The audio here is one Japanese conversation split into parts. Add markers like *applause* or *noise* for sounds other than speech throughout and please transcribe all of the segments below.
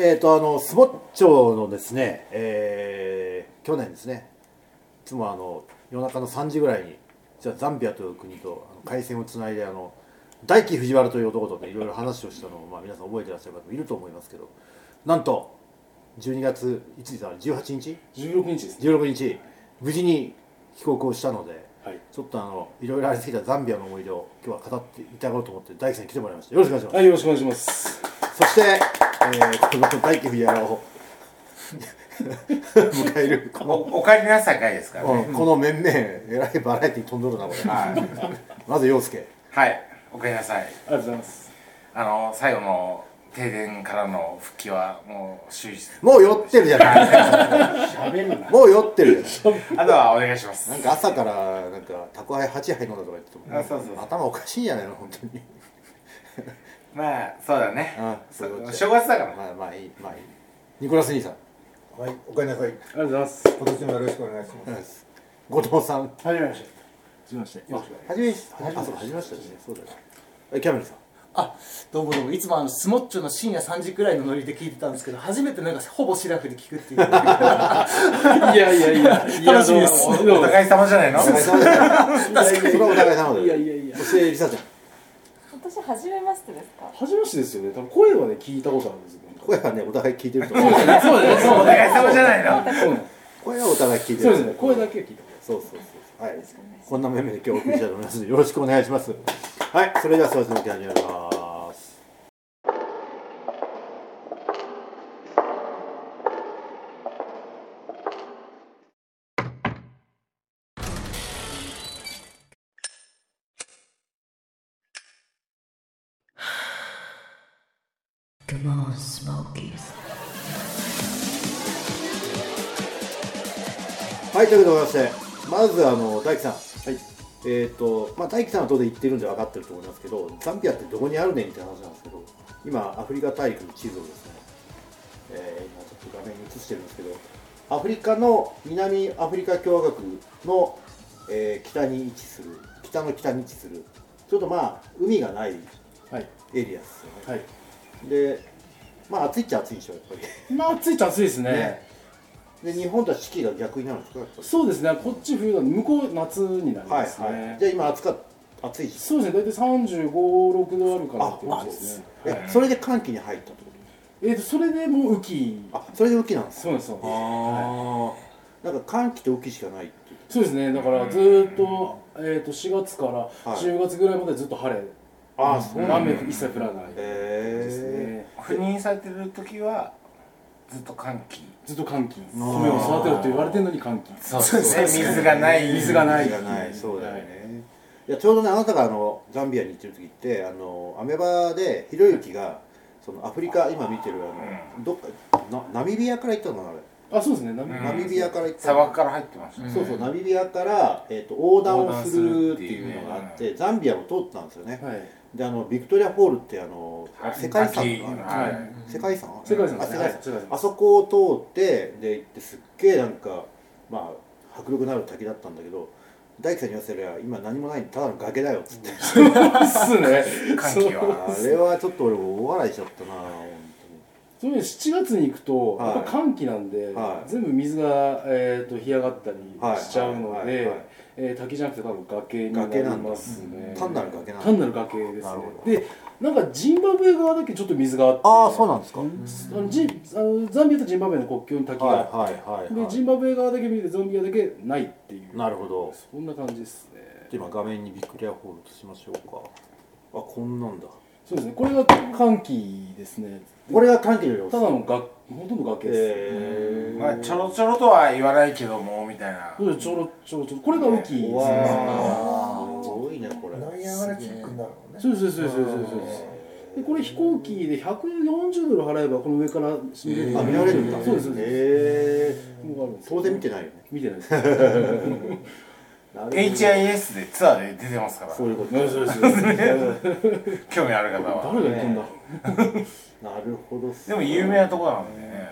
えっ、と、あの、スモッチョのですね、えー去年ですね、いつもあの、夜中の3時ぐらいに、実はザンビアという国とあの海戦をつないで、あの、大輝藤原という男とね、いろいろ話をしたのを、まあ、皆さん覚えてらっしゃる方もいると思いますけど、なんと、12月、いつだ、18日16日ですね ?16 日、無事に帰国をしたので、はいちょっとあの、いろいろありすぎたザンビアの思い出を今日は語っていただこうと思って、大輝さんに来てもらいました。よろしくお願いします。はいよろしくお願いしますそして、えー、この大輝藤原 *laughs* を迎えるこおの、お帰りなさい会ですからねうんこの面々、えらいバラエティ飛んどるな、これ。はいまず陽介。はいお帰りなさあいりがとうございますあの最後の停電からの復帰はもう終日もう酔ってるじゃない喋るなもう酔ってるじゃないあとはお願いしますなんか朝から、なんか、宅配8杯飲んだとか言ってたもんあそうそうそう頭おかしいんじゃないの、本当に。まあそうだねあそそういうこと正月だからまあ、まあいい、まあいい。ニコラス兄さん。はい、おかえりなさい。ありがとうございます今年もよろしくお願いします。後藤さん。ははじめましてすみません。じめ、あ、そうか、はじめましたね。そうだよ。えキャメルさん。あどうもどうもいつもあのスモッチョの深夜3時くらいのノリで聞いてたんですけど初めてなんかほぼシラフで聞くっていういやいやいやいや楽しみですどうもお互い様じゃない *laughs* のお互い様だよ。それはお互い様だよ。いやいやいやそして、リサちゃん。私初めましてですかはじめましてですよね多分声はね聞いたことあるんですよ声はね、お互い聞いてると思う。そうですねお互い様じゃないのそうなんです声はお互い聞いてる。そうですね声だけは聞いたこそうそうそう。はい。こんな面々で今日お送りしたいと思いますので。よろしくお願いします。はい。それでは、そうですね、始めます。 Come on, Smokies. はい、ということでございまして、まず、あの、大樹さん。とはいえっ、と、まあ、大樹さんは当然言ってるんで分かってると思いますけど、ザンビアってどこにあるねんみたいな話なんですけど、今、アフリカ大陸の地図をですね、えー今ちょっと画面に映してるんですけど、アフリカの南アフリカ共和国の、えー北に位置する、北の北に位置する、ちょっとまあ、海がないはいエリアですよね。はいでまあ暑いっちゃ暑いんでしょやっぱりまあ暑いっちゃ暑いですねねで日本とは四季が逆になるんですかやっぱりそうですねこっち冬なんで向こう夏になりますね、はいはいじゃあ今暑かっ暑いし、そうですね、大体35、6度あるかなっていう感じですね。えそれで寒気に入ったってこえっ、と、それでもう雨季。とあそれで雨季なんですそうなんですよ。ああ、なんか寒気と雨季しかないっていうそうですね、だからずーっと、えっ、と、4月からはい10月ぐらいまでずっと晴れ。ああそうなんだ雨一切降らない。ですへえね。赴任されてる時はずっと歓喜ずっと寒気。米を育てろって言われてるのに寒気。そうですね水がない水がない。じゃないそうだよね、い、やちょうどねあなたがあのザンビアに行ってる時ってあのアメバでひろゆきがそのアフリカ今見てるあのどっかなナミビアから行ったのかなあれあ、そうですね、波うんナミビアから行った砂の漠から入ってましたねそうそうナミビアから、えー、と横断をする横断するっってていいううねのがあってザンビアも通ったんですよね、はい。であのビクトリア・ホールってあの、あれ世界遺産があるはいは世界遺産世界遺産あで世界遺産すねはい世界遺産あそこを通ってで行ってすっげえなんかまあ迫力のある滝だったんだけど大樹さんに言わせれば今何もないただの崖だよっつってですね。歓そう喜はあれはちょっと俺大笑いしちゃったな本そういうの7月に行くと、はいやっぱ寒気なんで、はい全部水が、えー、と干上がったりはいしちゃうのはいではいえー滝じゃなくて多分崖にな崖りなんだますね単なる崖なんだ単なる崖ですなねるほどでなんかジンバブエ側だけちょっと水があってああそうなんですかはいあのジンあのザンビアとジンバブエの国境に滝があって、はいはい、でジンバブエ側だけ見てゾンビアだけないっていうなるほどそんな感じですね今画面にビックリアホールとしましょうかあこんなんだそうですねこれが寒気ですねこれが関係の様ただのがほとんど崖です、えまあちょろちょろとは言わないけどもみたいなそうですちょろちょろちょろこれが雨季ですわねーすごいねこれナイアガラチックになるのね。そうそうそうそうそうそうでこれ飛行機で140ドル払えばこの上から見れる、あ見られるんだそうですそうです、へここがあるんですー当然見てないよね見て *laughs* ないですそう HIS でツアーで出てますからそういうことそうそう興味ある方は誰が行くんだなるほどでも有名なとこなんでね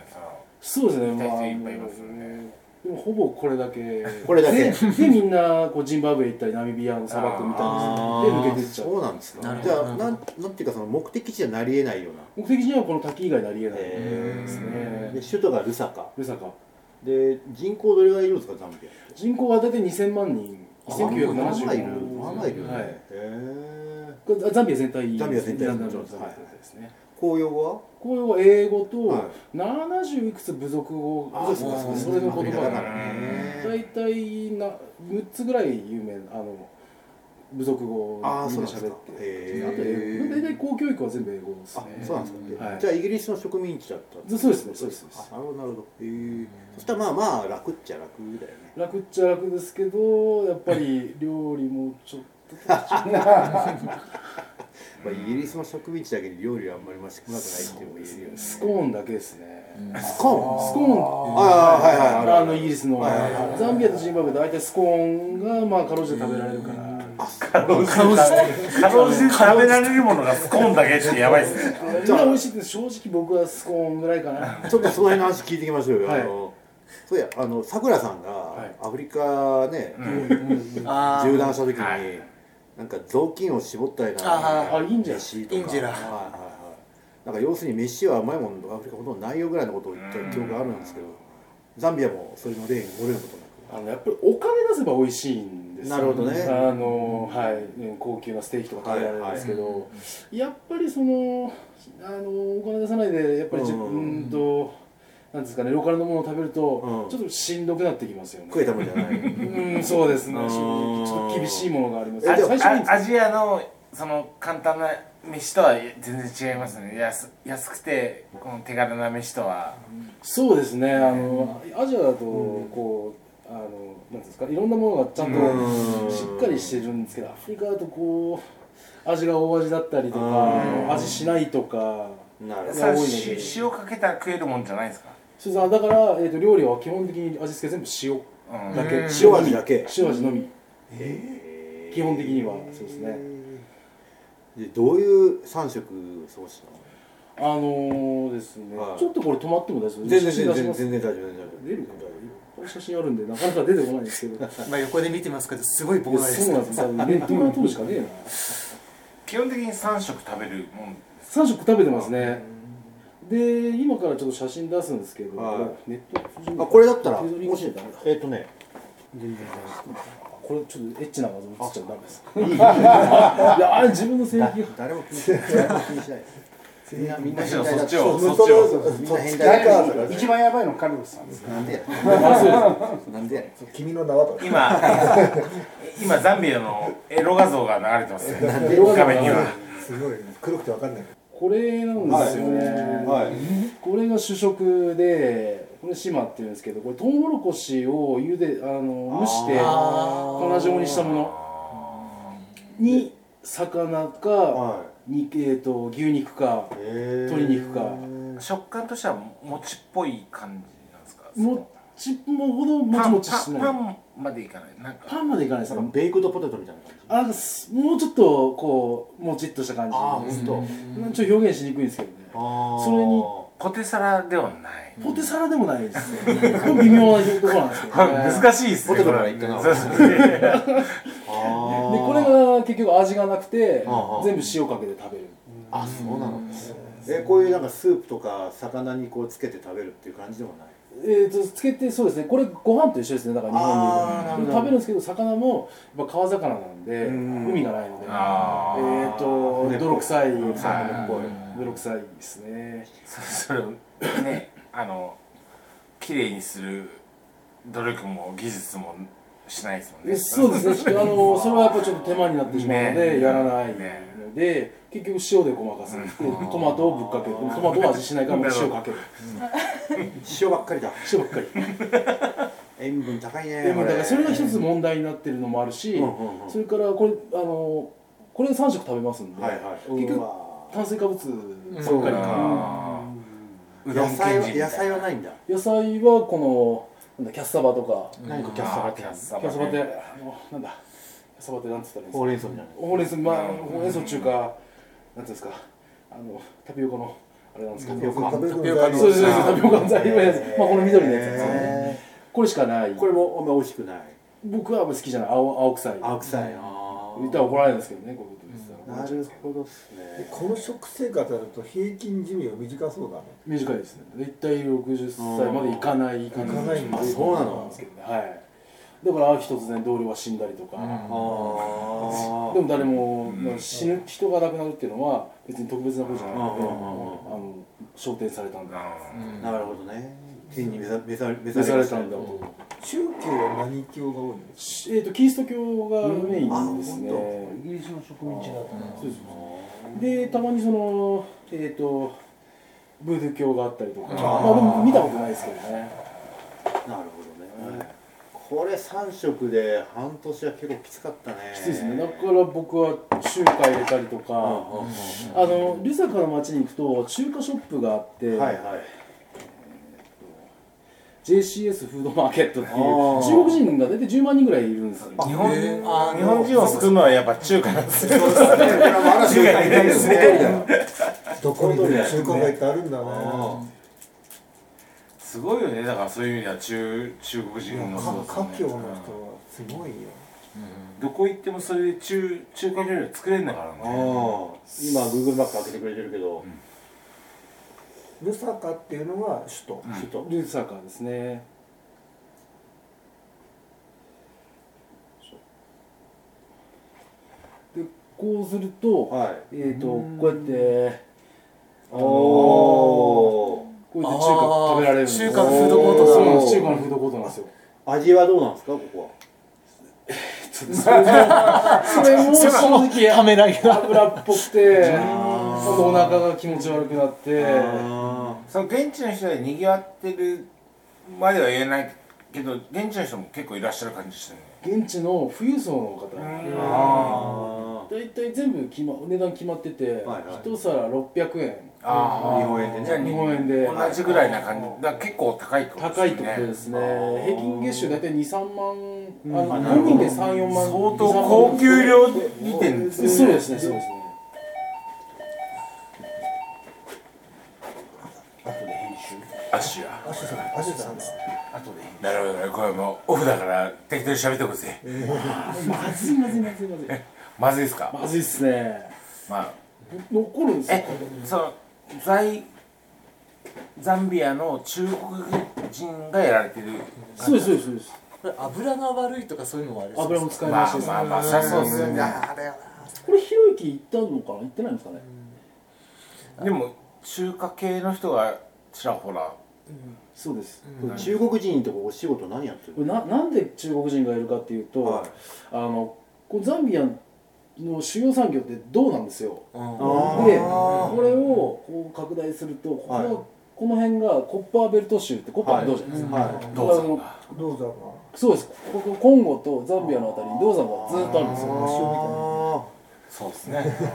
そのそうですね見たい人まあいっぱいいますよねもうでもほぼこれ *laughs* だけこれだけででみんなこうジンバブエ行ったりナミビアの砂漠みたいあなーで抜けていっちゃそううなんですねなるほじゃどあなんなんていうかその目的地にはなりえないような目的地にはこの滝以外なりえないへですでね首都がルサカルサカで人口どれぐらいいるんですかザンビアって人口は大体2000万人まあまあいる1970まあ万まあいるよね、はいへえこれザンビア全体ザンビア全体ザンビア全体ですね紅葉はこれは英語はいと70いくつ部族語あそうですねそれの言葉だかがら大ね体な6つぐらい有名なあの部族語をああみそんうななんです喋かってへあと英語大体公教育は全部英語ですあねそうなんですか、はいじゃあイギリスの植民地だったずそうですねそうですそうですあなるほどなるほどへえそしたらまあまあ楽っちゃ楽だよね楽っちゃ楽ですけどやっぱり *laughs* 料理もちょっと特徴がまあ、イギリスの植民地だけに料理はあんまりましくなくないっていうのも言えるよねスコーンだけですねスコーンスコーンああはいはいあのイギリスのはいはいはいザンビアとジンバブエ大体スコーンがまあかろうじて食べられるからかろうじてかろうじて食べられるものがスコーンだけってやばいですねみんな美味しいって正直僕はスコーンぐらいかなちょっとその辺の話聞いていきましょうよ、はいあのそういやあのさくらさんがいアフリカね、あー縦断した時に、はいなんか雑巾を絞ったりなあーあいいんじゃない飯とかいいんじゃないはいはいはいなんか要するに飯は甘いものとかアフリカほとんどないよぐらいのことを言った記憶があるんですけどザンビアもそれの例に漏れることなくあのやっぱりお金出せば美味しいんですよなるほどねあのはいね高級なステーキとか食べられるんですけど、やっぱりそのあのお金出さないでやっぱり自うんうん分うんとなんですかねローカルのものを食べると、うんちょっとしんどくなってきますよね食えたもんじゃない *laughs* うんそうですねうん正直ちょっと厳しいものがありますえあでも最初にあアジアのその簡単な飯とは全然違いますね安安くてこの手軽な飯とはそうですねあのアジアだとこう、あのなんていうんですかいろんなものがちゃんうんとしっかりしてるんですけどアフリカだとこう味が大味だったりとうんか味しないとかなるほどさ多いねし塩かけたら食えるもんじゃないですかそうですだから、えー、と料理は基本的に味付け全部塩うんだけ、うん塩味だけ塩味のみ基本的にはそうですねでどういう3食過ごしたのあのー、ですね、はいちょっとこれ止まっても大丈夫全写然全真出し然ます全然大丈夫全然出るかないっぱい写真あるんでなかなか出てこないんです *laughs* けどいやまあ、横で見てますけどすごい膨大でそすうねなんですよ多分ネットから撮るしかねえな基本的に3食食べるもん3食食べてますねで今からちょっと写真出すんですけど、はいネットあこれだったらフードリンもクしえっとねこれちょっとエッチな画像映っちゃダメで *laughs* すいやあれ自分の性癖が誰も気にしない誰も気にしないみんなみんなむし変ろ態そだっちをそっちをそうみんな変態だなんか一番やばいのカルロスさんですなんでやなんでや君の名はとか今 *laughs* 今ザンビアのエロ画像が流れてますよなんでよ画面にはすごい黒くてわかんないこれなんですよね、はいこれが主食でこれシマっていうんですけどこれトウモロコシを茹であの蒸して粉状にしたものに魚か、はにえー、と牛肉かいへー鶏肉か食感としては餅っぽい感じなんですかもちもほどもパちンもちしないパパンンパンまでいかないなんかまでいかないですなかんかベイクドポテトみたいな感じあなんかすもうちょっとこうもちっとした感じあーほんとうんちょっと表現しにくいんですけどねそそれにポテサラではないポテサラでもないですねこれ微妙なところなんですけどね難しいですねポテトからいったなこれそうそうでこれが結局味がなくてああ全部塩かけて食べるあそうなのえこういうなんかスープとか魚にこうつけて食べるっていう感じでもないえー、とつけてそうですねこれご飯と一緒ですねだから日あーなる本でほいうど食べるんですけど魚もやっぱ川魚なんでん海がないのでえあーー、と泥臭い魚っぽいはい泥臭いですねそれをねあの綺麗にする努力も技術もしないですもんえねそうですねあのそれはやっぱちょっと手間になってしまうのでねやらないねので結局塩でごまかすでトマトをぶっかけるトマトは味しないからもう塩かける塩ばっかりだ塩ばっかり塩分高いねでもだからそれがこ一つ問題になってるのもあるし、うんうんうんそれからこれあのこれ3食食べますんで、はいはいう結局わ炭水化物そばうっかりか、あーうど野ん賢菜は人みた野菜はないんだ野菜はこのなんだキャッサバとか、何かキキャャッッササババってキャッサキャッサババってねあのなんだキャッサバってなんつったらいいんですほかうれん草みたいなほうれん草、まあ、ほうれん草中華なんていうんですかあのタピオカのあれなんですけどタピオカ食べそうですそうですあタピオカの材料のやつ、まあ、この緑のやつですねへこれしかないこれもあんま美味しくない僕はあんま好きじゃない青青臭い青臭いなあ言ったら怒られるんですけどねこういうこと言ってたらなるほどっすねこの食生活だと平均寿命短そうだね短いですね大体60歳までいかない感じいかないんだあそうなのなんですけどねはいだからある日突然同僚は死んだりとか、あでーも誰も、死ぬ人が亡くなるっていうのは別に特別なことじゃないので、うんうんあの昇天されたんだなるほどね天に召さ召さ召召さまれしたんだ、中教は何教が多いんですしえー、とキリスト教がメインですね、イギリスの植民地だったなそうですでたまにそのえっ、とブードゥー教があったりとかまあでも見たことないですけどねなるほどね、これ3食で半年は結構きつかったねきついですねだから僕は中華入れたりとか、はあのルサカの町に行くと中華ショップがあって、いはい JCS フードマーケットっていうあー中国人が大体10万人ぐらいいるんですよ日本えーあの日本人を救うのはやっぱ中華なんですよ話がいないですねどこにでも中華街ってあるんだねすごいよねだからそういう意味では中中国いや人の華そうですよね僑の人はすごいよどこ行ってもそれで中中華料理作れるんだからあねあ今 Google マップ開けてくれてるけど、ルサカっていうのは首都ちょっとルサカですねでこうすると、はいえっ、とこうやっておおこうやって中華食べられるんですあー中華のフードコートだそうなんです中華のフードコートなんですよー味はどうなんですかここそれも正直ためらいが油っぽくてあーちょっとお腹が気持ち悪くなってはその現地の人でにぎわってるまでは言えないけど現地の人も結構いらっしゃる感じしてるね現地の富裕層の方あ大体全部決、ま、お値段決まってて、はいはい一皿600円あ日本円でねじゃあ日本円で同じぐらいな感じだから結構高いってことですよ高いねってことですねあー平均月収大体23万、ああのなるほど本人で34万相当高級料理店ですそうですねそうですねアッシュやアシュさんアシュさんです後でなるほどなるほどこれもうオフだから適当に喋ってこいぜまずいまずいまずいまずいまずいですかまずいっすねまあ残るんですよえその在ザンビアの中国人がやられてるそうですそうですそうですこれ油が悪いとかそういうのもあれ油もも使いままあしまたあしまあそりゃそうですよねあれよこれひろゆき行ったのかな行ってないんですかねでも中華系の人がちらほらそうですあ中国人とこお仕事何やってこるれななんで中国人がいるかっていうと、はいあのこうザンビアの主要産業って銅なんですよあでこれをこう拡大するとここ,、はいこの辺がコッパーベルト州ってコッパーって銅じゃないですか、はいどうあぞのどうだろそうですここコンゴとザンビアのあたりに銅山がずっとあるんですよあそうですね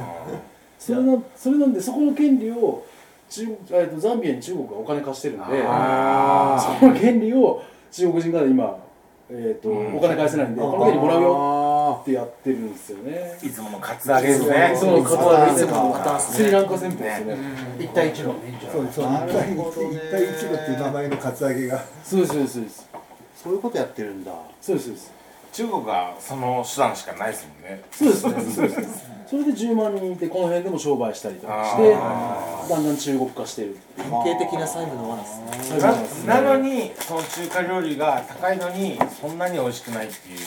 それなそれなんでそこの権利を中国えっとザンビアに中国がお金貸してるんであその権利を中国人が今、えーとお金返せないんでこの権利もらうよよってやってるんですよねいつものカツアゲですねそのカツアゲ戦パターンっすねスリランカ戦法ですね一対一のうそうそうな一対る一ほどね一対一度っていう名前のカツアゲがそうですそうですそうですそういうことやってるんだそうですそうです中国はその手段しかないですもんねそうですそうですそれで10万人いてこの辺でも商売したりとかしてだんだん中国化してる典型的な債務の罠っすねななのにその中華料理が高いのにそんなに美味しくないっていう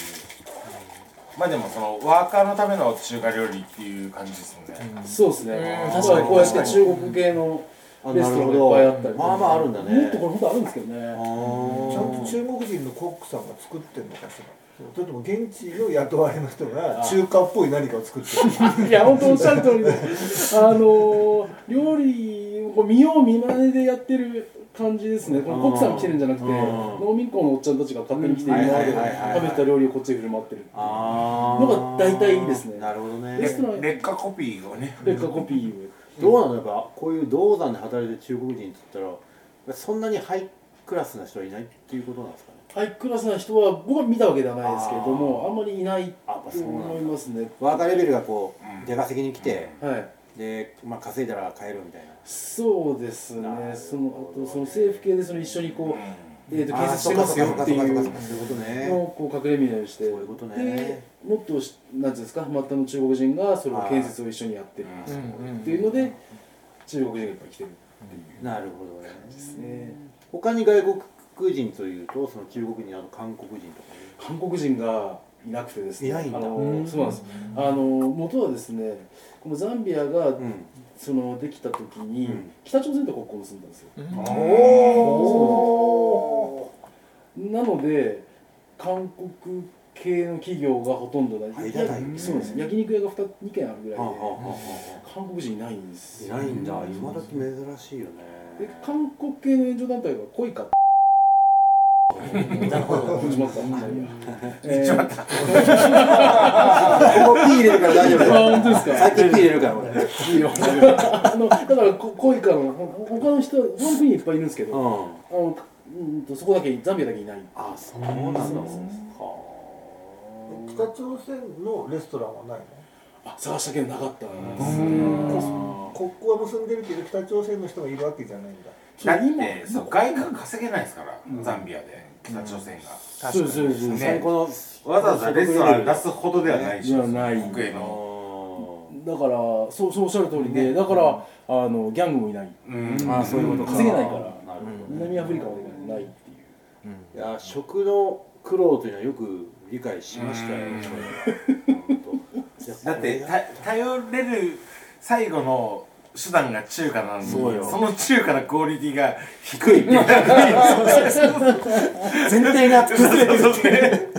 まあでもそのワーカーのための中華料理っていう感じですもんね、そうですねうんだか確からにこうやって中国系のあレなスるトラほンがいっぱいあったどりとかまあまああるんだねもっとこれ本当あるんですけどあねちゃんとー中国人のコックさんが作ってるのかしらそれとも現地の雇われの人が中華っぽい何かを作ってるいや本当おっしゃる通りであのー料理をこう見よう見まねでやってる感じですねこの国産来てるんじゃなくてうん農民工のおっちゃんたちが勝手に来てうん今まはいではいはいはい食べた料理をこっちで振る舞ってるっていうあのが大体いいですねなるほどねレストラン劣化コピーをね劣化コピーをどうなのやっぱこういう銅山で働いてる中国人って言ったらそんなにハイクラスな人はいないっていうことなんですかねハイクラスな人は僕は見たわけではないですけれどもあーあんまりいないあやっぱとそうなんだ思いますねワーカーレベルがこう出稼ぎに来て、はいで、まあ、稼いだら帰るみたいなそうですねそのあとその政府系でその一緒にこうえーと建設してますよっていうそうかそういうことねのをこう隠れみたいにしてそういうことねでもっとしなんていうんですか末端の中国人がそれを建設を一緒にやってるはいっていうので中国人がいっぱい来てるっていうなるほどねですね他に外国人というとその中国人あの韓国人とかね韓国人がいなくてですねいないんだあのそうなんですあの元はですねこのザンビアが、うんそのできた時に、うん北朝鮮と国交を結んだんですよおなので韓国系の企業がほとんどない入らないやそうなんです焼肉屋が 2, 2軒あるぐらいではあはあは韓国人いないんですあいなよいんだ今だけ珍しいよねで韓国系の援助団体が恋か *laughs* なるほど始まっ *laughs* たんだよ。ここピー入れるから大丈あ夫本当ですだよさかっきピー入れるから俺うんいいよ。 *laughs* あのだからこ恋かのほ他の人他の国にいっぱいいるんですけど、あのうんとそこだけザンビアだけいない。あそうなんだそうそうは北朝鮮のレストランはないのあ探したけどなかったんであす国交は結んでるけど北朝鮮の人がいるわけじゃないんだだってそう外貨稼げないですから、ザンビアで北朝鮮が、そうそうそうそうねこのわざわざレストラン出すほどではないし、じゃない国営あのーだからそうそうおっしゃる通りで、だからあのギャングもいない。うんあーそういうことか稼げないからなるほどね南アフリカもないっていう。いや食の苦労というのはよく理解しましたようんそれは本当いやだってこた頼れる最後の手段が中華なんでそうよの中華のクオリティが低い全体が崩れてるそうね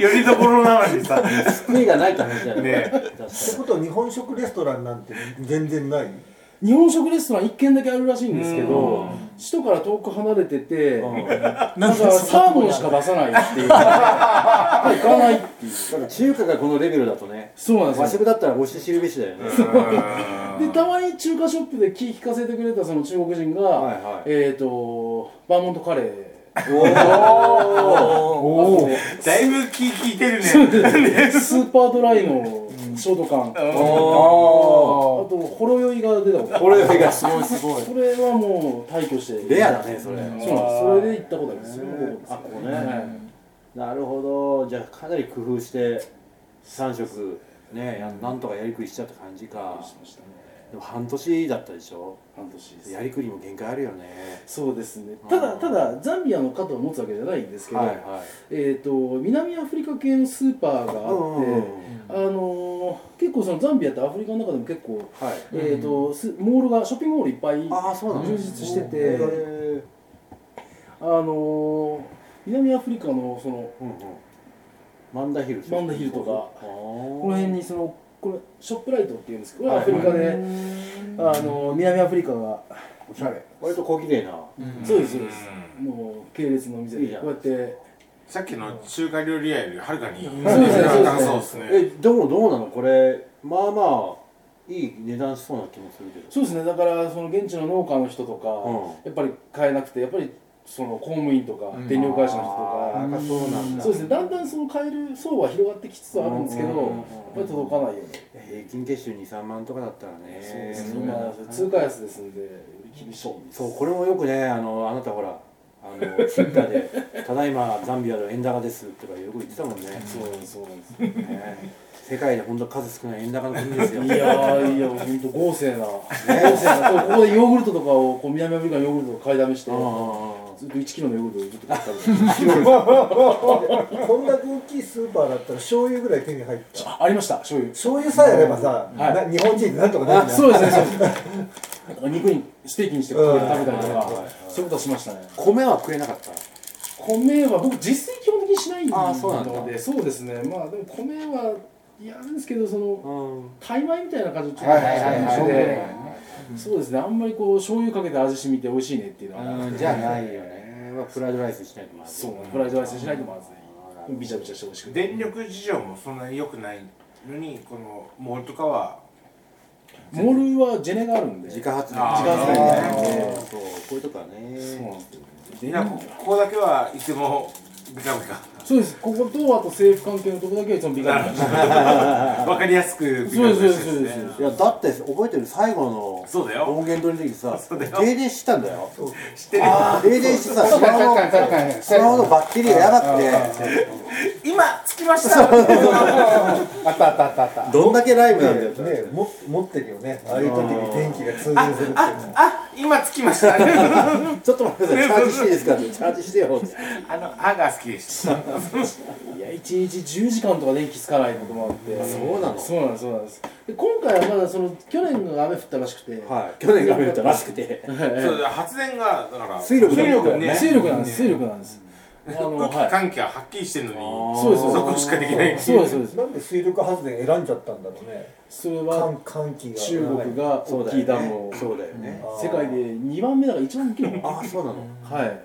よりどころなのにされ目がないって話じゃないね確かにってことは日本食レストランなんて全然ない日本食レストラン1軒だけあるらしいんですけうど首都から遠く離れててうんなんかサーモンしか出さな *laughs* いっていう行かないっていうただ中華がこのレベルだとねそうなんで和すよ食だったらごして知るべしだよねでたまに中華ショップで気聞かせてくれたその中国人が、はいはいえっ、とバーモントカレ *laughs* ーおおおおだいぶ気聞いてるねスーパードライのショート缶、あおおとほろ酔いが出たことこれがすごいすごいそれはもう退去してレアだねそれそうなんですそれで行ったことありますよあここねはいなるほどじゃあかなり工夫して3食ねやなんとかやりくりしちゃった感じかしましたねでも半年だったでしょ半年ですやりくりも限界あるよねそうですねただただザンビアの肩を持つわけじゃないんですけど、はいはいえー、と南アフリカ系のスーパーがあって、うんうんうんあのー結構そのザンビアってアフリカの中でも結構、はいえー、とすモールがショッピングモールいっぱいああそうなんだ充実しててへあのー南アフリカのそのーうんうんマンダヒルマンダヒルとかここのの辺にそのこれショップライトっていうんですけどこれはアフリカで、あのー南アフリカが、おしゃれ割と小綺麗なそうですそうです、もう系列のお店いいでじゃんこうやってさっきの中華料理屋よりはるかにそうですねそうですねえでもどうなのこれまあまあいい値段しそうな気もするけどそうですねだからその現地の農家の人とか、うんやっぱり買えなくてやっぱりその公務員とか、電力会社の人あとかーそうなんだそうですねだんだんその買える層は広がってきつつあるんですけど、うんうんうんうんやっぱり届かないよね、平均月収23万とかだったらねそうですね今通貨安ですんでより厳しいですそうこれもよくねあのあなたほらあのツイッターで *laughs* 「ただいまザンビアの円高です」とかよく言ってたもんねそうそうなんですよね世界で本当数少ない円高の国ですよいやーいやほんと豪勢な豪勢なここでヨーグルトとかをこう南アフリカのヨーグルトを買いだめしてああずっと1キロのヨーグルトをずっと買ってたりこんだけ大きいスーパーだったら醤油ぐらい手に入ったあありました醤油醤油さえあればさ、はな日本人ってなんとかなるじゃんそうですね、そうですね。なんか肉にステーキにしてこうやって食べたりとかうんはいはい、そういうことはしましたね。米は食えなかった米は僕実炊基本的にしないあーそうなんだので、そうですね。まあでも米はやるんですけど、そのうんタイ米みたいな感じのちょっとした感じで、そうですね。あんまりこう醤油かけて味染みて美味しいねっていうのはなくて、じゃないよねまあプライドライスしないとまずいそうフライドライスにしないとまずい。ビチャビチャして美味しくて。電力事情もそんなに良くないのにこのモールとかはモールはジェネがあるんで。自家発電あー自家発電ねねそうこういうとこはねそうなんですよみんなこここだけはいつもビカビカそうですこことあと政府関係のとこだけはいつも *laughs* ビガンにわかりやすくそうですそうですそうですいやだって覚えてる最後のそうだよ音源取りの時さそうだよ停電したんだよ知ってる停電してさスマホ確かに確かに確のかにスマホのバッテリーがやがって今着きましたあったあったあったあったどんだけライブなんだよってね、も持ってるよねああいう時に電気が通電するっていうのはあ今着きましたあちょっと待ってくださいチャージしていいですかってチャージしてよっての「あ」が好きでしたいや1日10時間とか電気つかないこともあってそうなのそうなんですそうなんですで今回はまだその去年の雨降ったらしくて、はい去年が見れたらしくてそうだ発電がだから水力だ水力ね水力なんです水力なんです、あの空は気い換気ははっきりしてるのにそうですそこしかできないそうですそうですなんで水力発電選んじゃったんだろうねそれは寒寒気が中国がそう大だきいダよムをね、そうだよねあー世界で2番目だから一番大きいのかああそうなのなはい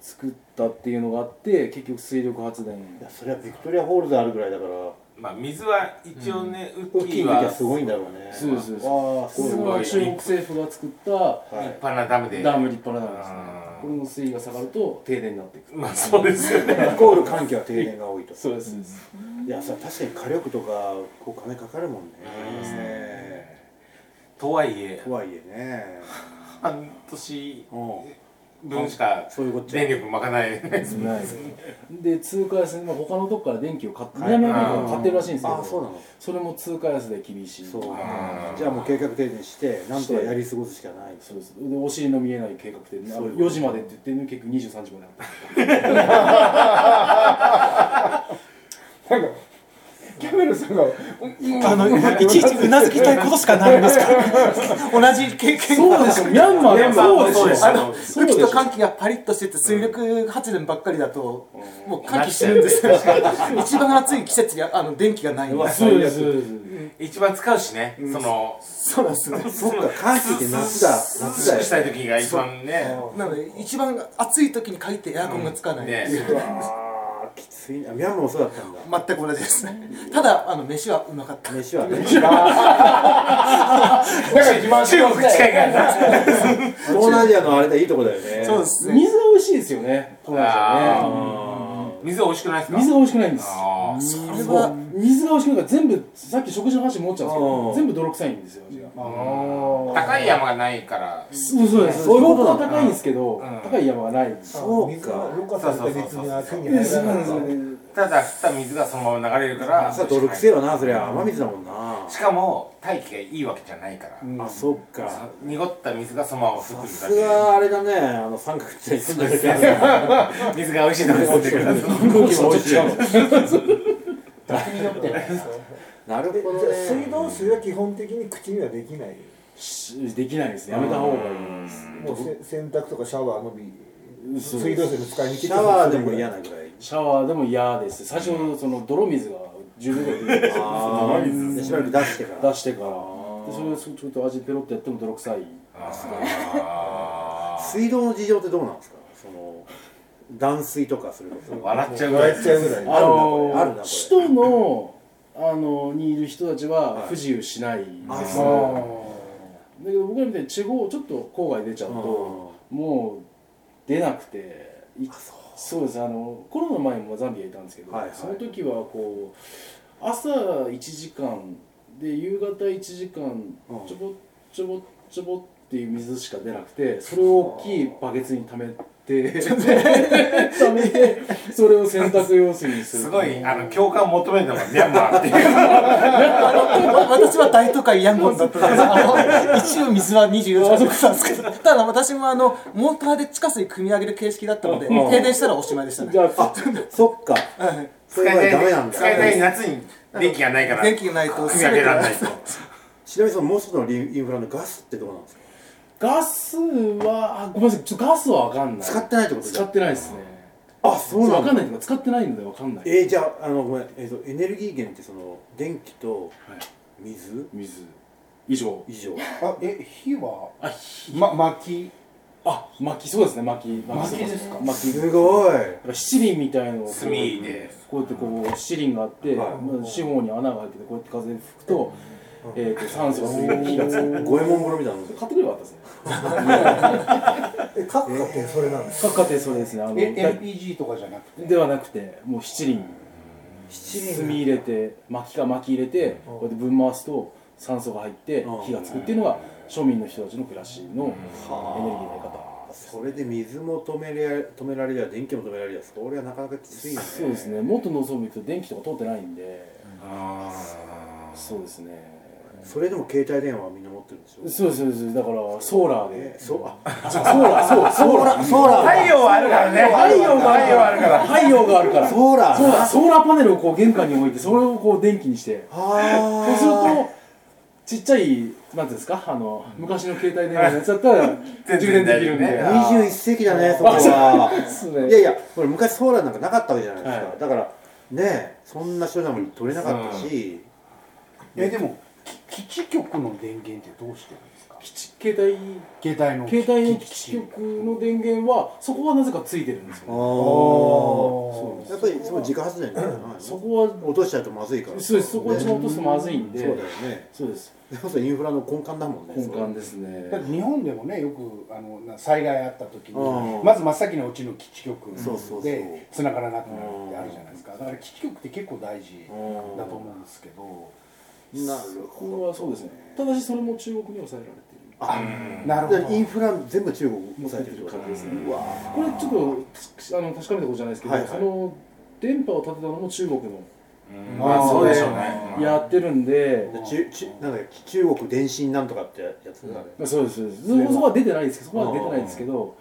作ったっていうのがあって結局水力発電いやそれはビクトリアホールであるぐらいだからまあ水は一応ね、ウ大ッきキいー時ははすごいんだろうねそうですそうですああすこれごいは中国政府が作ったは立い派なダムでダム立派なダムですねあーこれの水位が下がると停電になっていくまあそうですよねイコール環境は停電が多いとそうですそうですいやさ確かに火力とかお金かかるもんねとはいえ *laughs* とはいえね半年うん分しかそういうこっちゃ電力まかないないで通貨安で、まあ、他のとこから電気を買って南アフリカが買ってるらしいんですけあどあそうなのそれも通貨安で厳しいそうあーじゃあもう計画停電してなんとかやり過ごすしかないそうですでお尻の見えない計画で、ね、あそういのうこと4時までって言って、ね、結局23時まであったなんかキャメルさんがあのいちいちうなずきたいことしかなりますから *laughs* 同じ経験そうでしょミャンマーだそうでしょあの雨季と寒気がパリッとしてて水力発電ばっかりだともう寒気死ぬんですよ一番暑い季節にあの電気がないんですそうですそうです一番使うしね、そのそうなんですねそっか寒気って夏だ涼夏しだくよしたい時が一番ねなので一番暑い時に限ってエアコンがつかないっていう、ねあーきついなミャンマーもそうだったんだ全く同じですねただあの飯はうまかった飯 *laughs* はねだから自慢して中国近いからな東南アジアのあれだいいとこだよねそうですね水が美味しいですよね東南アジアね水は美味しくないですか水が美味しくないんですあーそれは水が美味しくないから全部さっき食事の話に戻っちゃうんですけうんど全部泥臭いんですよ味が高い山がないからそうそうですそういうこと標なんだ高は高いんですけどん高い山がないんですそう水がかろ過されて水が手にそう入ならなんいですよねただ降った水がそのまま流れるからさ泥くせえわなそりゃ雨水だもんなしかも大気がいいわけじゃないから、あそっか濁った水がそのまま降ってさくするだがあれだねあの三角地帯に住んでるやつ *laughs* け水が美味しいとこに住んでくるからその空気も美味しいよ国によってねなるでほどじゃあ水ね道水は基本的に口にはできないしできないですやめた方がいいですもうせ洗濯とかシャワーのびそう水道水の使い道シャワーでも嫌なぐらいシャワーでも嫌です最初のその泥水が10秒ぐらい出てくるんですよああしばらく出してから出してからでそれをちょっと味ペロってやっても泥臭いあ水道の事情ってどうなんですかその断水とかするとー笑っちゃうぐらい笑っちゃうぐらいあるなこれあるなこれ首都のあのにいる人たちは不自由しないんあですそうよ、だけど僕らみたいに地方ちょっと郊外出ちゃうともう出なくていそうですあのコロナ前もザンビアいたんですけど、はいはいその時はこう朝1時間で夕方1時間うんちょぼちょぼちょぼっていう水しか出なくてそれを大きいバケツに溜めて *laughs* 溜めてそれを洗濯用水にするすごいあの共感を求めるのがミャンマーっていうわ私は大都会ヤンゴンだったんですあの一応水は24時間だったんですけどただ私もあのモーターで地下水組み上げる形式だったので停電したらおしまいでしたねじゃあそっかそ使れいはダメなたんだい使いたい夏に電気がないから電気がないと組み上げられないとちなみにそのモスのインフラのガスってどうなんですかガスはあごめんなさいちょっとガスは分かんない使ってないってこと使ってないですねあそうなん分かんだないとか使ってないので分かんないえー、じゃああのごめん、えー、とエネルギー源ってその電気と水水以上以上あえ火はあひま薪あ薪そうですね薪薪薪ですか薪すごいなんか七輪みたいのをこう炭でこうやってこう七輪があって、はいまあ四方に穴が開いててこうやって風吹くと、えー、と酸素を吸い込む火がつく五右衛門風呂みたいなの買ってくればよかったですねえ、各家庭それなんですか。各家庭それですねあのえ LPG とかじゃなくてではなくてもう七輪炭入れて薪か薪入れてこうやってぶん回すと酸素が入って火がつくっていうのが庶民の人たちの暮らしのエネルギーのやり方それで水も止めれ止められりゃ電気も止められりゃそれはなかなかきついよねそうですねもっと農村部行くと電気とか通ってないんであそうですねそれでも携帯電話はみんな持ってるんでしょそうですそうですだからソーラーでそうあソーラーそうソーラーソーラー太陽はあるからね太陽が太陽はあるから太陽があるからソーラーそうだソーラーパネルをこう玄関に置いてそれをこう電気にしてあそうあするとちっちゃいなんていうんですかあの昔の携帯電話のやつだったら充電できるんで全然大丈21世紀だねそこ *laughs* はそうですいやねいやこれ昔ソーラーなんかなかったわけじゃないですか、はいだからねえそんな手段も取れなかったし、えでもき基地局の電源ってどうしてるんですか基地携携帯の帯携帯の基地局の電源はそこはなぜかついてるんですよあああやっぱりその自家発電じゃないのそこは落としちゃうとまずいからそうですそこは一番落とすとまずいんねでそうだよねそうですそうインフラの根幹だもんね根幹ですねだって日本でもねよくあのな災害あった時うにんまず真っ先にうちの基地局そうそうそうで繋がらなくなるってあるじゃないですかだから基地局って結構大事だと思うんですけどなるそこはそうですねただしそれも中国に抑えられているなほるほどだからインどフラ全部中国抑えてるってことそうですねうわこれちょっとつあの確かめたことじゃないですけど、はいはいその電波を立てたのも中国のうんまあそうでしょうねやってるんで、で中中なんだっけ中国電信なんとかってやつだね、まあ、そうですそうですそこそこは出てないですけどそこは出てないですけど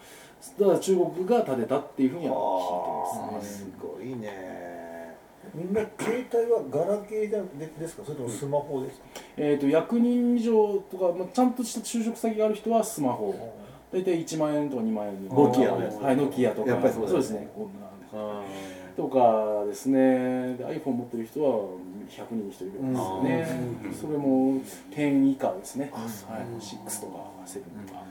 ただ中国が立てたっていうふうには聞いてああますすごいねみんな携帯はガラケーじゃでですか。それともスマホですか。えー、と役人以上とか、まあ、ちゃんとした就職先がある人はスマホ大体1万円とか2万円ノキアのやつはいノキアとかやっぱりそうだよねですねこんなとかですねで iPhone 持ってる人は100人に1人ぐらいですよね、それも10以下ですね、はい、6とか7とか、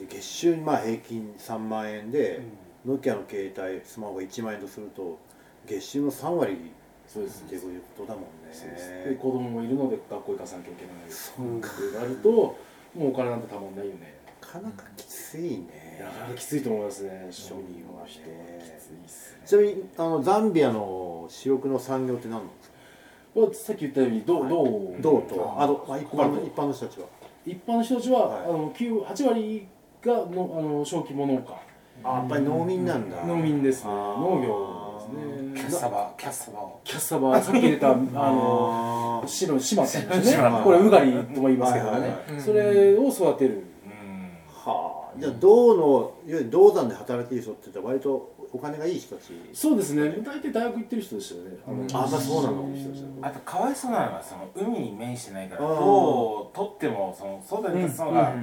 私月収まあ平均3万円で、ノキアの携帯スマホが1万円とすると月収の3割そうですっていうことだもんそうですでね子供もいるので学校行かさなきゃいけないってなるともうお金なんてたまんないよねなかなかきついねなかなかきついと思いますね庶民は人はきついっすねちなみにあのザンビアの主力の産業って何なんですかまあさっき言ったように銅銅銅とあと、まあ、一般コバルのト一般の人たちは一般の人たちは、はいあの9 8割がのあの小規模農家あやっぱり農民なんだ農民ですねあー農業ですねキャッサバキャッサバをキャッサバさっき入れたあのあー白の島って言うんですね島のこれウガリとも言いますけどね、はいはそれを育てるうんはあじゃあ銅のいわゆる銅山で働いてる人って言ったら割とお金がいい人たちそうですね大体大学行ってる人でしたよねあのあまあそうなの人たちだとあとかわいそうなのはその海に面してないからあーどを取ってもその外に出すのが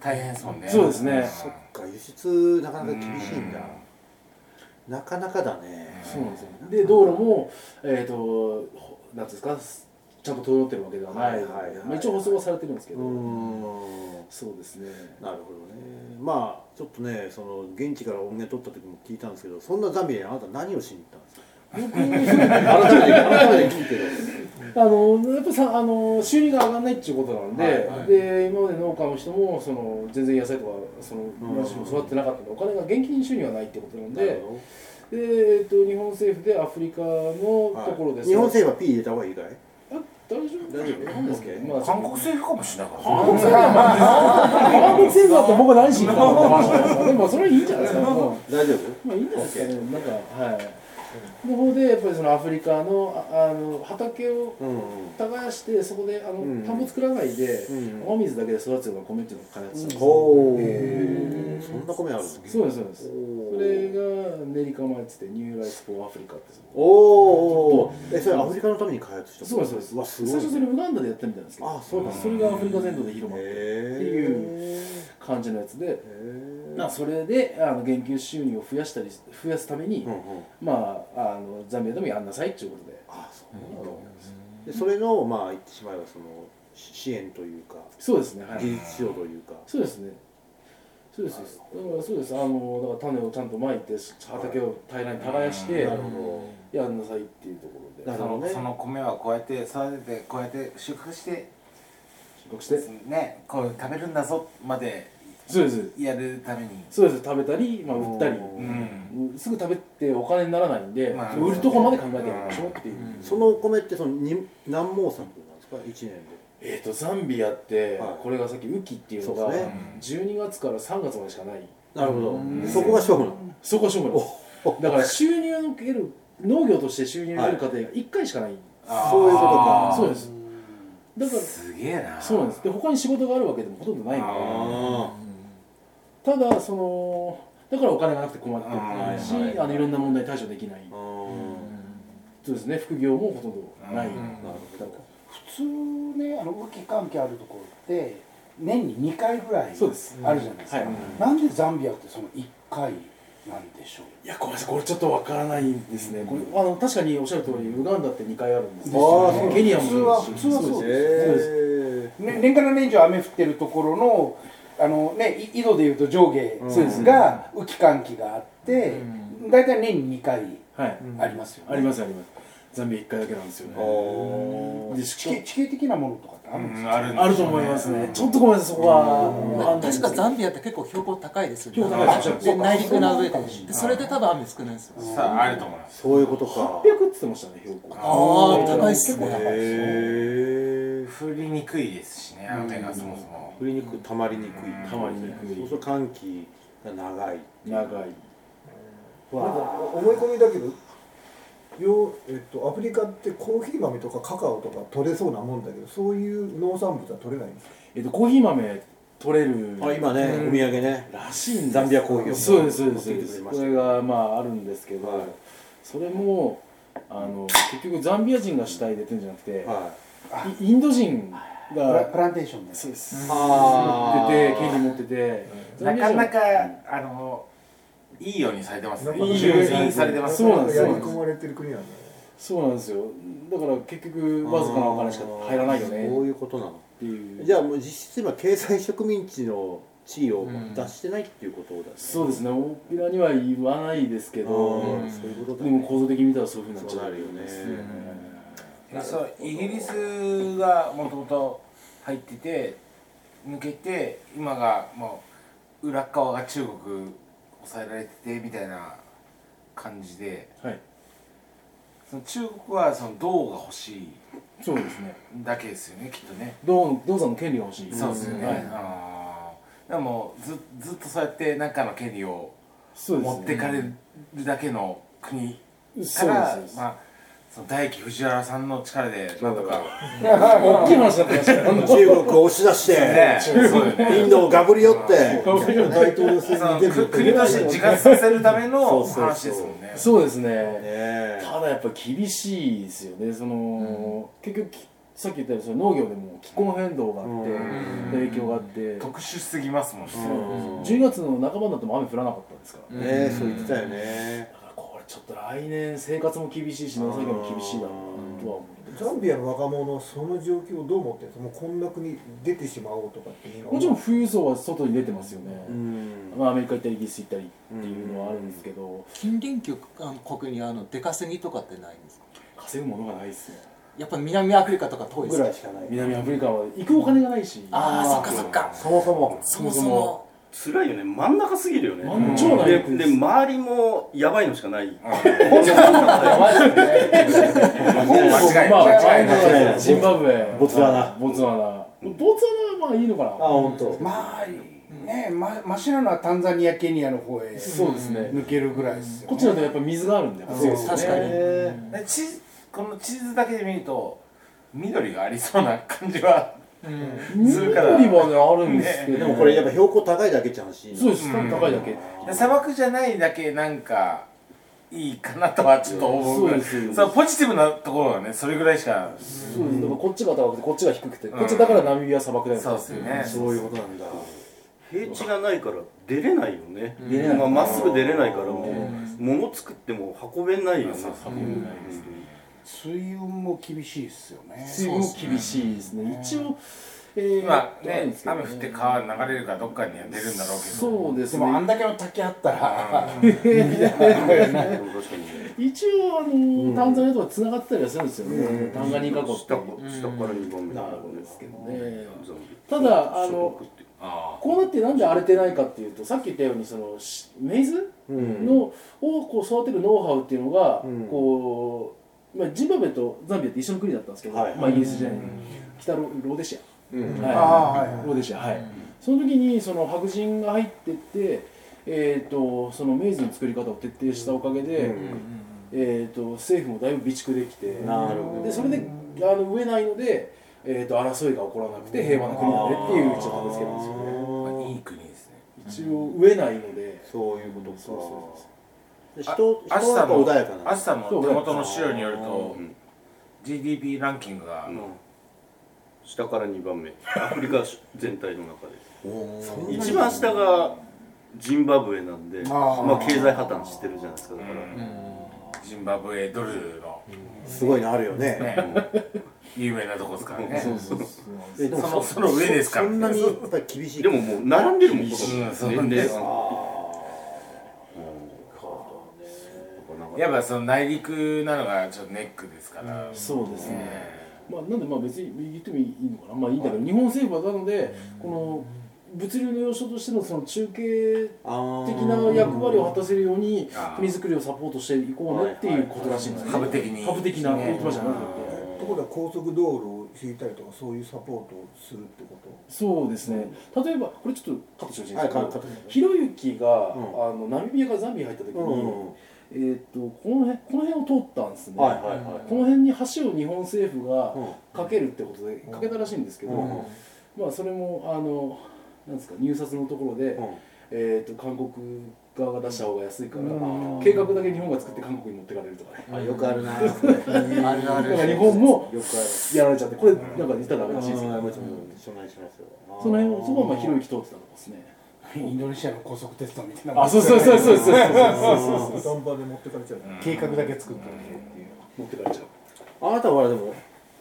大変ですもんね、そうですねそっか輸出なかなか厳しいんだなかなかだねそうなんですよで道路もえっ、とほなんていうんですかちゃんと整ってるわけではなはい,、いはいはいまあ、一応舗装はされてるんですけうど、ーんそうですねなるほどねまあちょっとねその現地から音源取った時も聞いたんですけどそんなザンビアにあなた何をしに行ったんですか改めて改めて聞いてるあのやっぱりさあの収入が上がらないっていうことなんで、はいはいで今まで農家の人もその全然野菜とかそのんもも育ってなかったんでお金が現金収入はないってことなんなるでほで、えっと日本政府でアフリカのどはいところです、日本政府は P 入れた方がいいかいあ大丈夫大丈夫なんですけど、まあ、韓国政府かもしれないからね韓国政府だと僕は何しに行ったのって話なんです *laughs* よねまあそれはいいんじゃないですかもう大丈夫まあいいんじゃないですかね、なんか、はい。の方で、やっぱりそのアフリカの、ああの畑をうんうん耕して、そこで、あの、うん田んぼ作らないで。うん雨水だけで育つような米っていうのを開発したんですよ。ほうそんな米あるのそうです、そうです。おーそれが練り構えてて、ニューライスフォーアフリカってそこ。おーおーえそれアフリカのために開発したそうです、そうです。わすごい最初それウガンダでやったみたいなんですけど。あそうなんだそれがアフリカ全土で広まってっていう感じのやつで。まあそれで、あの、減給収入を増やしたり、増やすためにう、んうんまあ、あの、ザンビアでもやんなさいっていうことで。あそうなんだでそれのまあ言ってしまえばそのし支援というかそうですね、はい。技術指導というかそうですね。そうです。そうですだからそうです。あのだから種をちゃんとまいて畑を平らに耕して、なるほやんなさいっていうところで。なるそほどのねその米はこうやって育ててこうやって収穫して得してねこう食べるんだぞまでそうですやるためにそうです食べたり、まあ、売ったり、うんすぐ食べてお金にならないんで、まあ売るとこまで考えてやりましょうっていう、そのお米ってそのに何毛作なんですか1年でえっ、とザンビアって、はいこれがさっき雨季っていうのそうがです12月から3月までしかないなるほどそこが勝負なのそこはしょうがないですだから収入を受ける農業として収入を得る過程が1回しかない、そういうことかそうですだからすげえなそうなんですで他に仕事があるわけでもほとんどないのあでただそのだからお金がなくて困ってるし、うんはいい、あのいろんな問題に対処できない、ーうんそうですね副業もほとんどない、普通ねあの雨季関係あるところって年に2回ぐらいあるじそうですゃないですかはいなんでザンビアってその1回なんでしょういやごめんなさいこれちょっとわからないんですね、これあの確かにおっしゃる通りウガンダって2回あるんですですよねケニアも普通はそう普です通はそうですえね、年から年中雨降ってるところのあの、ね、い井戸でいうと上下が雨季寒気があって、大体年に2回はい、ありますよね、ありますありますザンビア1回だけなんですよねでし地形地形的なものとかってあるんですか、あるんでしょうねあると思いますね、ちょっとごめんなさいそこは確かザンンビアって結構標高高いですよね標高高いですよで内陸な上ででそれで多分雨少ないんですよさああると思いますそういうことか800って言ってましたね標高ああ高いっすねへえ降りにくいですしね雨がそもそも振りにくいたまりにくいたまりにくいそうすると寒気が長い長いなんか思い込みだけどよう、えっと、アフリカってコーヒー豆とかカカオとか取れそうなもんだけどそういう農産物は取れないんですかえっとコーヒー豆取れるあ今ねお土産ねらしいんですザンビアコーヒーをそうですそう持ですそっうてできてくれすまこしたれがまああるんですけど、はいそれもあの結局ザンビア人が主体でやってるんじゃなくて、はいイインド人プラがプランテーションでそうですあー持ってて権利持っててザンなビアか人なかあのいいようにされてますねいいように蹂躙されてますそうなんですよやり込まれてる国なんだねそうなんですよだから結局わずかなお金しか入らないよねそうっいうことなのていうじゃあもう実質今経済植民地の地位を出してないっていうことだねそうでですね大きなには言わないですけすどそういうことだでもね構造的に見たらそういうふうになそっちうゃなうるよねそうイギリスがもともと入ってて抜けて今がもう裏側が中国抑えられててみたいな感じではいその中国はその銅が欲しいそうですねだけですよねきっとねどうどうさんの権利が欲しいそうですよね、はあいーでもずずっとそうやって何かの権利をそうですね持ってかれるだけの国かそうら、ですまあ、その大樹藤原さんの力でなんとか大きい話になってましたよ中国を押し出してねそうよねインドをガブり寄って大統領選そのに出るく国として自活させるための *laughs* そうそうそう話ですもんねそうですねねえただやっぱ厳しいですよねその、結局きさっき言ったようにその農業でも気候変動があって、うん影響があって、特殊すぎますもんね、うん10月の半ばになっても雨降らなかったんですから、ねえそう言ってたよねだからこれちょっと来年生活も厳しいし農作業も厳しいだろうなとは思うザンビアの若者はその状況をどう思ってるんですかもうこんな国出てしまおうとかっていうのはもちろん富裕層は外に出てますよね、うんまあ、アメリカ行ったりイギリス行ったりっていうのはあるんですけど、近隣国あの国にあの出稼ぎとかってないんですか稼ぐものがないですねやっぱ南アフリカとか遠いぐですからいしかない南アフリカは行くお金がないし、ああそっかそっかそもそもそもそも辛いよね真ん中すぎるよね真ん中なんでですで周りもやばいのしか *laughs* ない間違い、まあ、間違いジンバブエボツワナボツワナボツワナはまあいいのかなあ本当。まあねまマシなのはタンザニアケニアの方へそうですね、抜けるぐらいですよ、こっねちだとやっぱ水があるんでそうですね確かににで地図この地図だけで見ると緑がありそうな感じはするから緑はねあるんですけど、でもこれやっぱ標高高いだけじゃんしそうです多分高いだけで砂漠じゃないだけなんかいいかなとはちょっと思うぐらいそうですそうポジティブなところはねそれぐらいしかそうですだからこっちが高くてこっちが低くて、こっちだからナミビア砂漠だよねそうですよねそういうことなんだ平地がないから出れないよね出れないまあまっすぐ出れないからもう物作っても運べないよね水温も厳しいですよね水分も厳しいですね一応え今ねですけど雨降って川流れるからどっかには出るんだろうけどそうですでねもあんだけの滝あったら、確かに一応あのタンザニアとか繋がってたりはするんですよねタンガニカ湖って下か下から2番目なるんですけどねゾンビただあの食ってあこうなってなんで荒れてないかっていうとさっき言ったようにそのしメイズのをこう育てるノウハウっていうのがうんこう、まあ、ジンバブエとザンビアって一緒の国だったんですけど、はいまあ、イギリスじゃない、北ロローデシアうんはい、あーはいローデシア、はいその時にその白人が入ってって、えー、とそのメイズの作り方を徹底したおかげで、えー、と政府もだいぶ備蓄できてなるほどでそれであの植えないので、えー、と争いが起こらなくて平和な国だねっていう一応立て付けなんですよねあいい国ですね一応植えないので、そういうことかそうそうであ人人アシはやっさんぱの穏やかなアシさんの手元の資料によるとうん GDP ランキングが下から2番目アフリカ全体の中でそ一番下がジンバブエなんであーまあ経済破綻してるじゃないですかだから、ジンバブエドルのすごいのあるよねね有名なとこですからねそうそうそうえでそものその上ですからそんなにやっぱり厳しいでももう並んでるもんこうんそうの年齢あがやっぱその内陸なのがちょっとネックですからそうですね、まあ、なんでまあ別に言ってもいいのかなまあいいんだけど、日本政府はなのでこの物流の要所としてのその中継あー的な役割を果たせるようにあー国づくりをサポートしていこうねっていうことらしいんですね株的に株的な言ってましたねところが高速道路を引いたりとかそういうサポートをするってことそうですね例えばこれちょっとカットしてほしいんですけど、はいカットひろゆきうが、んあのナミビアからザンビアに入った時に、うんえー、とこの辺この辺を通ったんですね、はいはいはいこの辺に橋を日本政府がうんかけるってことでかけたらしいんですけど、うんまあそれもあのなんですか入札のところで、うんえー、と韓国側が出した方が安いから、計画だけ日本が作って韓国に持ってかれるとかね、あよく *laughs* あるなぁあるだあから日る本もよくあるやられちゃってこれなんか言ったらダメあらしいですよ、ーもちろんそんなにしますよその辺をそこはまあひろゆき通ってたとこですねインドネシアの高速鉄道みたいなもんあそうそうそうそうそうそうダンバーで持ってかれちゃう計画だけ作ってるっていう持ってかれちゃうあなたはほらでも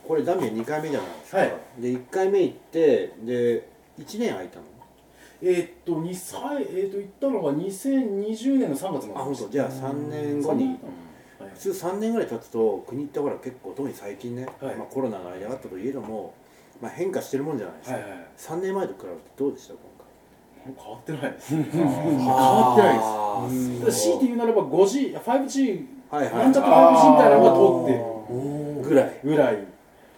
これダミエ2回目じゃないですか、はいで1回目行ってで1年空いたのえーっと二歳えーっと行ったのが2020年の3月まであ本当じゃあ3年後三に年はい普通3年ぐらい経つと国ってほら結構特に最近ね、はいまあ、コロナがやがったといえども、まあ、変化してるもんじゃないですか、はいはい3年前と比べてどうでした今もう変わってな *laughs* いですね回変わってないですいただ強いて言うならば 5G、5G、はいはいなんちゃって 5G みたいなのが通ってぐらいるぐらい、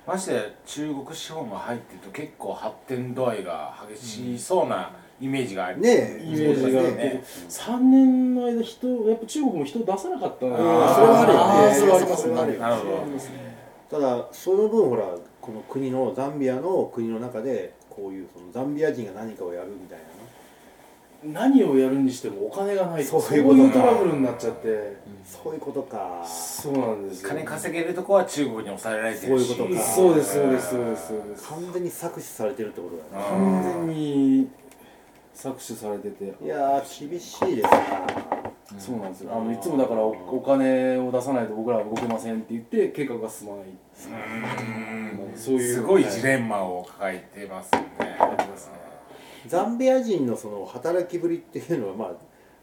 ましてや中国資本が入ってると結構発展度合いが激しそうなイメージがあるねえイメージがあって、3年の間人、やっぱ中国も人を出さなかったな、あーそれはあるよねそれはありますそれはあるねよ。なるほたどだその分ほらこの国のザンビアの国の中でこういうそのザンビア人が何かをやるみたいなね何をやるにしてもお金がないとそそうういいうことかうトラブルになっちゃって、そういうことかそうなんですよ。金稼げるとこは中国に抑えられてそうるいうしことかそうです、そうです、そうです、そうです。完全に搾取されてるってことだね完全に搾取されてて、いやー厳しいですなそうなんですよ。あのいつもだからおお金を出さないと僕らは動けませんって言って計画が進まない。うんそういうすごいジレンマを抱えてますよねザンビア人のその働きぶりっていうのはま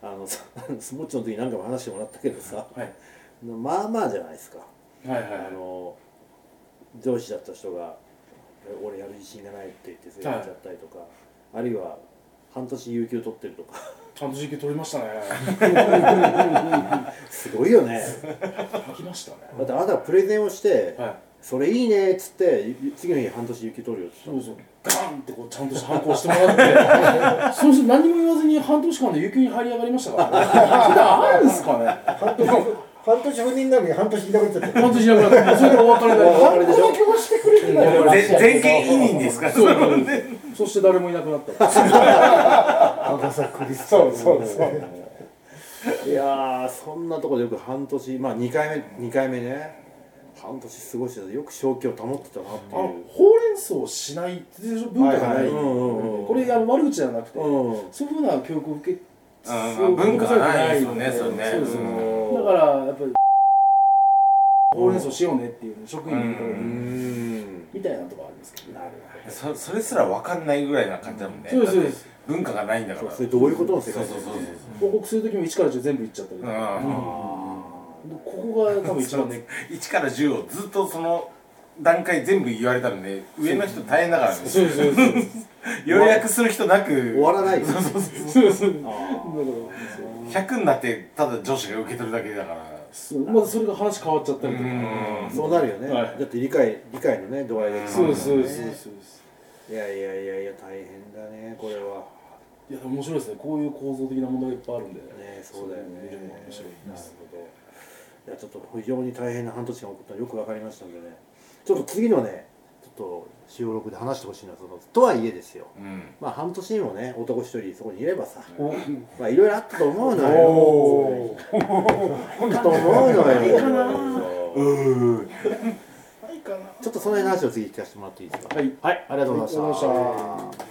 ああの *laughs* さスモッチの時なんかも話してもらったけどさ、はいまあまあじゃないですかはいはいあの上司だった人が「俺やる自信がない」って言ってそれやっちゃったりとか、あるいは半年有給取ってるとか *laughs* ちゃんと時給取りましたね。すごいよ *laughs* ね書きましたね。だってあなたがプレゼンをして「はい。それいいね」っつって次の日半年有給取るよってそ言っうそう。ガンってこうちゃんとした反抗してもらって、そう *laughs* して何も言わずに半年間で有給に入り上がりましたから、ね。それあるんですかね。半年半年不任なのに半年いなくなっちゃった半年いなくなって、それでお別れになりま *laughs* した。たあれでしょぜ全権委任ですか *laughs* そうそうそうそして誰もいなくなった。 *laughs* そうそうそういやーそんなところでよく半年まあ2回目2回目ね半年過ごしてたよく正気を保ってたなってあのいうほうれん草をしない文化がはないはいい、うんうんうんこれあの悪口じゃなくて、うんそういうふうな教育を受けうんそう文化がないですよね受けされてないのでそうそれねですうんよねだからやっぱりほうれん草しようねっていう、ね、職員の方に、ううーんみたいなとこあるんですけど、そそれすら分かんないぐらいな感じだもんねそうですそうですだって文化がないんだからそれどういうことの世そう界そうそうそう報告する時も1から10全部言っちゃったりとうんか、ここが多分一番ね1から10をずっとその段階全部言われたので上の人大変だからねそうですそうです *laughs* 要約する人なく終わらないよそうですそうですだかあ100になってただ上司が受け取るだけだかららまだそれが話変わっちゃったりとか、ーそうなるよね、はいだって理解理解のね度合いがそうですそうですそうですそうですいやいやいやいや大変だねこれはいやでも面白いですねこういう構造的なものがいっぱいあるんでねそうだよね非常に面白いですなるほどいやちょっと非常に大変な半年間送ったのよくわかりましたんでねちょっと次のねちょっと使用録で話してほしいなそのとはいえですようんまあ半年にもね男一人そこにいればさおまあいろいろあったと思うのよあったと思うのよちょっとその辺の話を次聞かせてもらっていいですかはいはいありがとうございましたありがとうございました